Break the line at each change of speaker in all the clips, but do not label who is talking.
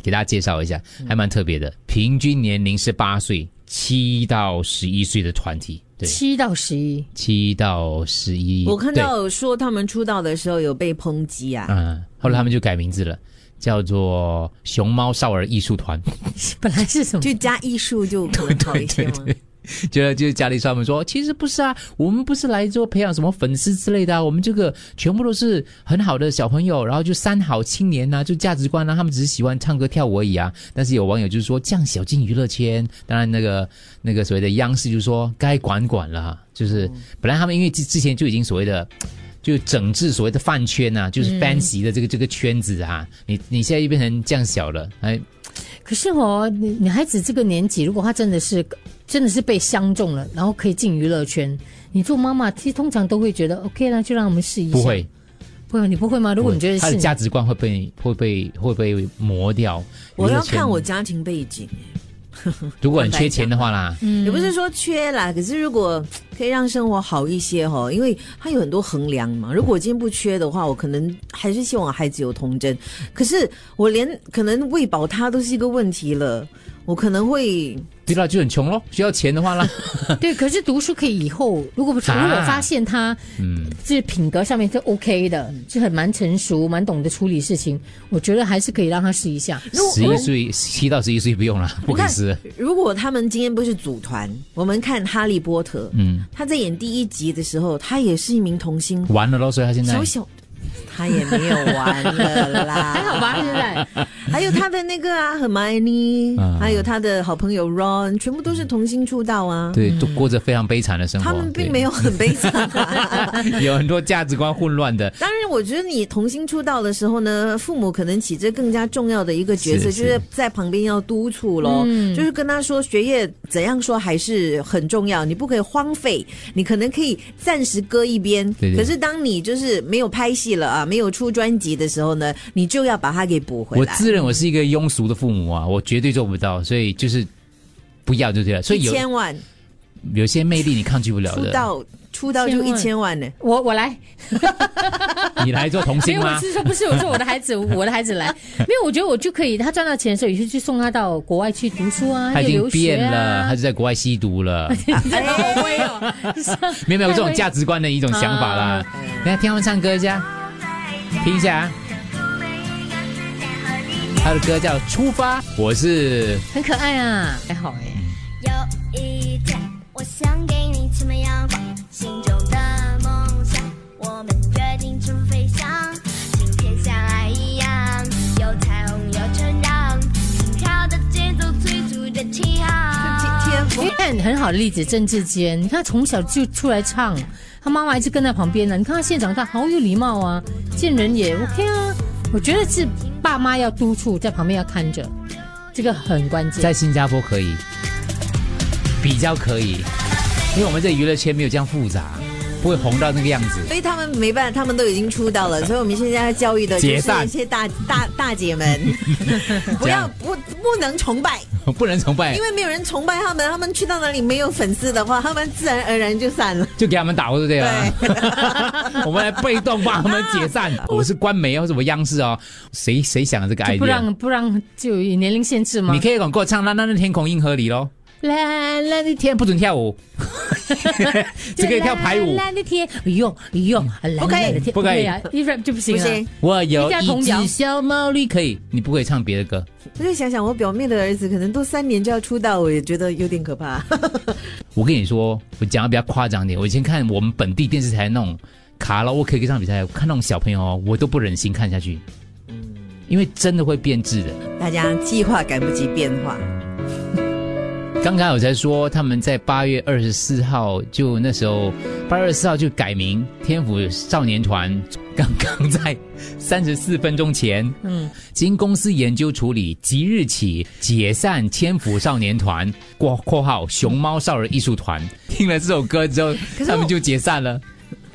给大家介绍一下，
嗯
还蛮特别的。平均年龄是八岁，七到十一岁的团体，对，
七到十一，
七到十一。
我看
对，
到说他们出道的时候有被抨击 啊，
嗯，后来他们就改名字了，叫做熊猫少儿艺术团。
本来是什么？
就加艺术就可能好一哦些吗？
觉得就是家里说他们说，其实不是啊，我们不是来做培养什么粉丝之类的、啊，我们这个全部都是很好的小朋友，然后就三好青年呐、就价值观啊，他们只是喜欢唱歌跳舞而已啊。但是有网友就是说，这样小进娱乐圈，当然那个那个所谓的央视就说该管管了，就是本来他们因为之之前就已经所谓的。就整治所谓的饭圈呐、就是 fancy 的这个、这个圈子啊，你你现在又变成这样小了，哎，
可是哦，女女孩子这个年纪，如果她真的是真的是被相中了，然后可以进娱乐圈，你做妈妈其实通常都会觉得 OK 啦，就让我们试一下。
不会，，
不会，你不会吗？如果你觉得
他
是
的
你
价值观会被会被会被磨掉，
我
娱
要
乐圈
看我，家庭背景，
如果很缺钱的话啦，
嗯
也不是说缺啦，可是如果可以让生活好一些哦，因为它有很多衡量嘛。如果我今天不缺的话，我可能还是希望我孩子有童真。可是我连可能喂饱他都是一个问题了，我可能会
对啦，就很穷咯，需要钱的话 啦，
对，可是读书可以以后，如果不是如
啊
果发现他，嗯，是品格上面是 OK 的，是很蛮成熟、蛮懂得处理事情，我觉得还是可以让他试一下。
如果
十一岁七到十一岁不用啦，不可
你
以
看
吃。
如果他们今天不是组团，我们看《哈利波特》，嗯，他在演第一集的时候，他也是一名童星，
完了咯，所以他现在
小小，他也没有玩了啦，
还好吧，现在
还有他的那个啊，和玛尼
啊，
还有他的好朋友 Ron，全部都是童星出道啊。
对都过着非常悲惨的生活。
他们并没
有
有很悲惨、啊，
有很多价值观混乱的，
当然，我觉得你童星出道的时候呢，父母可能起着更加重要的一个角
是
色，
嗯
就是在旁边要督促咯，就是跟他说学业怎样说还是很重要，你不可以荒废，你可能可以暂时搁一边，
对对
可是当你就是没有拍戏了啊，没有出专辑的时候呢，你就要把它给补 回
我
来。
自认我是一个庸俗的父母啊，我绝对做不到，所以就是不要就对了。所以
一
有
千万
有些魅力你抗拒不了
出
的，
道，出道就
千
一
万
千万呢。
我我来，
你来做童
没
星
有，我
吗？
是说不是，我说我的孩子， 我的孩子来，没有，我觉得我就可以，他赚到钱的时候，也是去送他到国外去读书啊，
他已
去
经
留学
变
啊
了， 他就在国外吸毒了。
好威哦，
没有没有这种价值观的一种想法
啊
啦。来听他们唱歌一下，听一下啊。他的歌叫《出发》，我是
很可爱啊，还好哎、
有一天，我想给你充满阳光，心中的梦想，我们约定出飞翔，今天像爱一样，有彩虹，有成长，心跳的节奏，催促着起航。
天
你看很好的例子，郑智坚，你看他从小就出来唱，他妈妈一直跟在旁边呢。你看他现在长大好有礼貌啊，见人也 OK 啊。我觉得是爸妈要督促，在旁边要看着，这个很关
在
键。
新加坡可以，比较可以，因为我们这娱乐圈没有这样复杂，不会红到那个样子。
所以他们没办法，他们都已经出道了，所以我们现在要教育的就
解
是
散
一些大大大 姐们，不
这
要
样
不不能崇拜，
不能崇拜
因，为没有人崇拜他们，他们去到哪里没有粉丝的话，他们自然而然就散 了。
就给他们打过就对了。啊 我们来被动帮他们解 散。我是官媒啊，或者我央视哦，谁谁想的这个
就不
idea？
让不让就有年龄限制吗
你？可以给我唱《那那那天空银河里》喽。
啦啦的
天不准跳 舞，只可以跳排舞
啦。啦的天，哎呦哎呦，不
可以
不可以
啊，一 rap 就不行
不
啊。
行，
我有
一定要
一
童谣
只小毛驴，可以，你不可以唱别的歌。
我就想想我表妹的儿子，可能都三年就要出道，我也觉得有点可怕。
我跟你说，我讲的比较夸张一点。我以前看我们本地电视台那种卡拉 OK 歌唱比赛，我看那种小朋友哦，我都不忍心看下去，
嗯
因为真的会变质的。
大家计划赶不及变化，
刚刚我才说他们在八月二十四号就那时候，八月二十四号就改名天府少年团。刚刚在三十四分钟前，嗯，经公司研究处理，即日起解散天府少年团（括括号熊猫少儿艺术团）。听了这首歌之后，他们就解散了。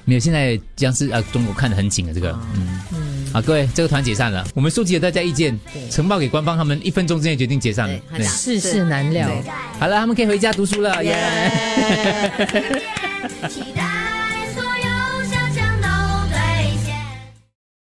没有，现在央视呃中国看得很紧的这个，嗯嗯，好，各位，这个团解散了，我们收集了大家意见，呈报给官方，他们一分钟之内决定解散
哎
了
对。很
对
难
世事难料。
好了，他们可以回家读书了，耶、
耶
期待。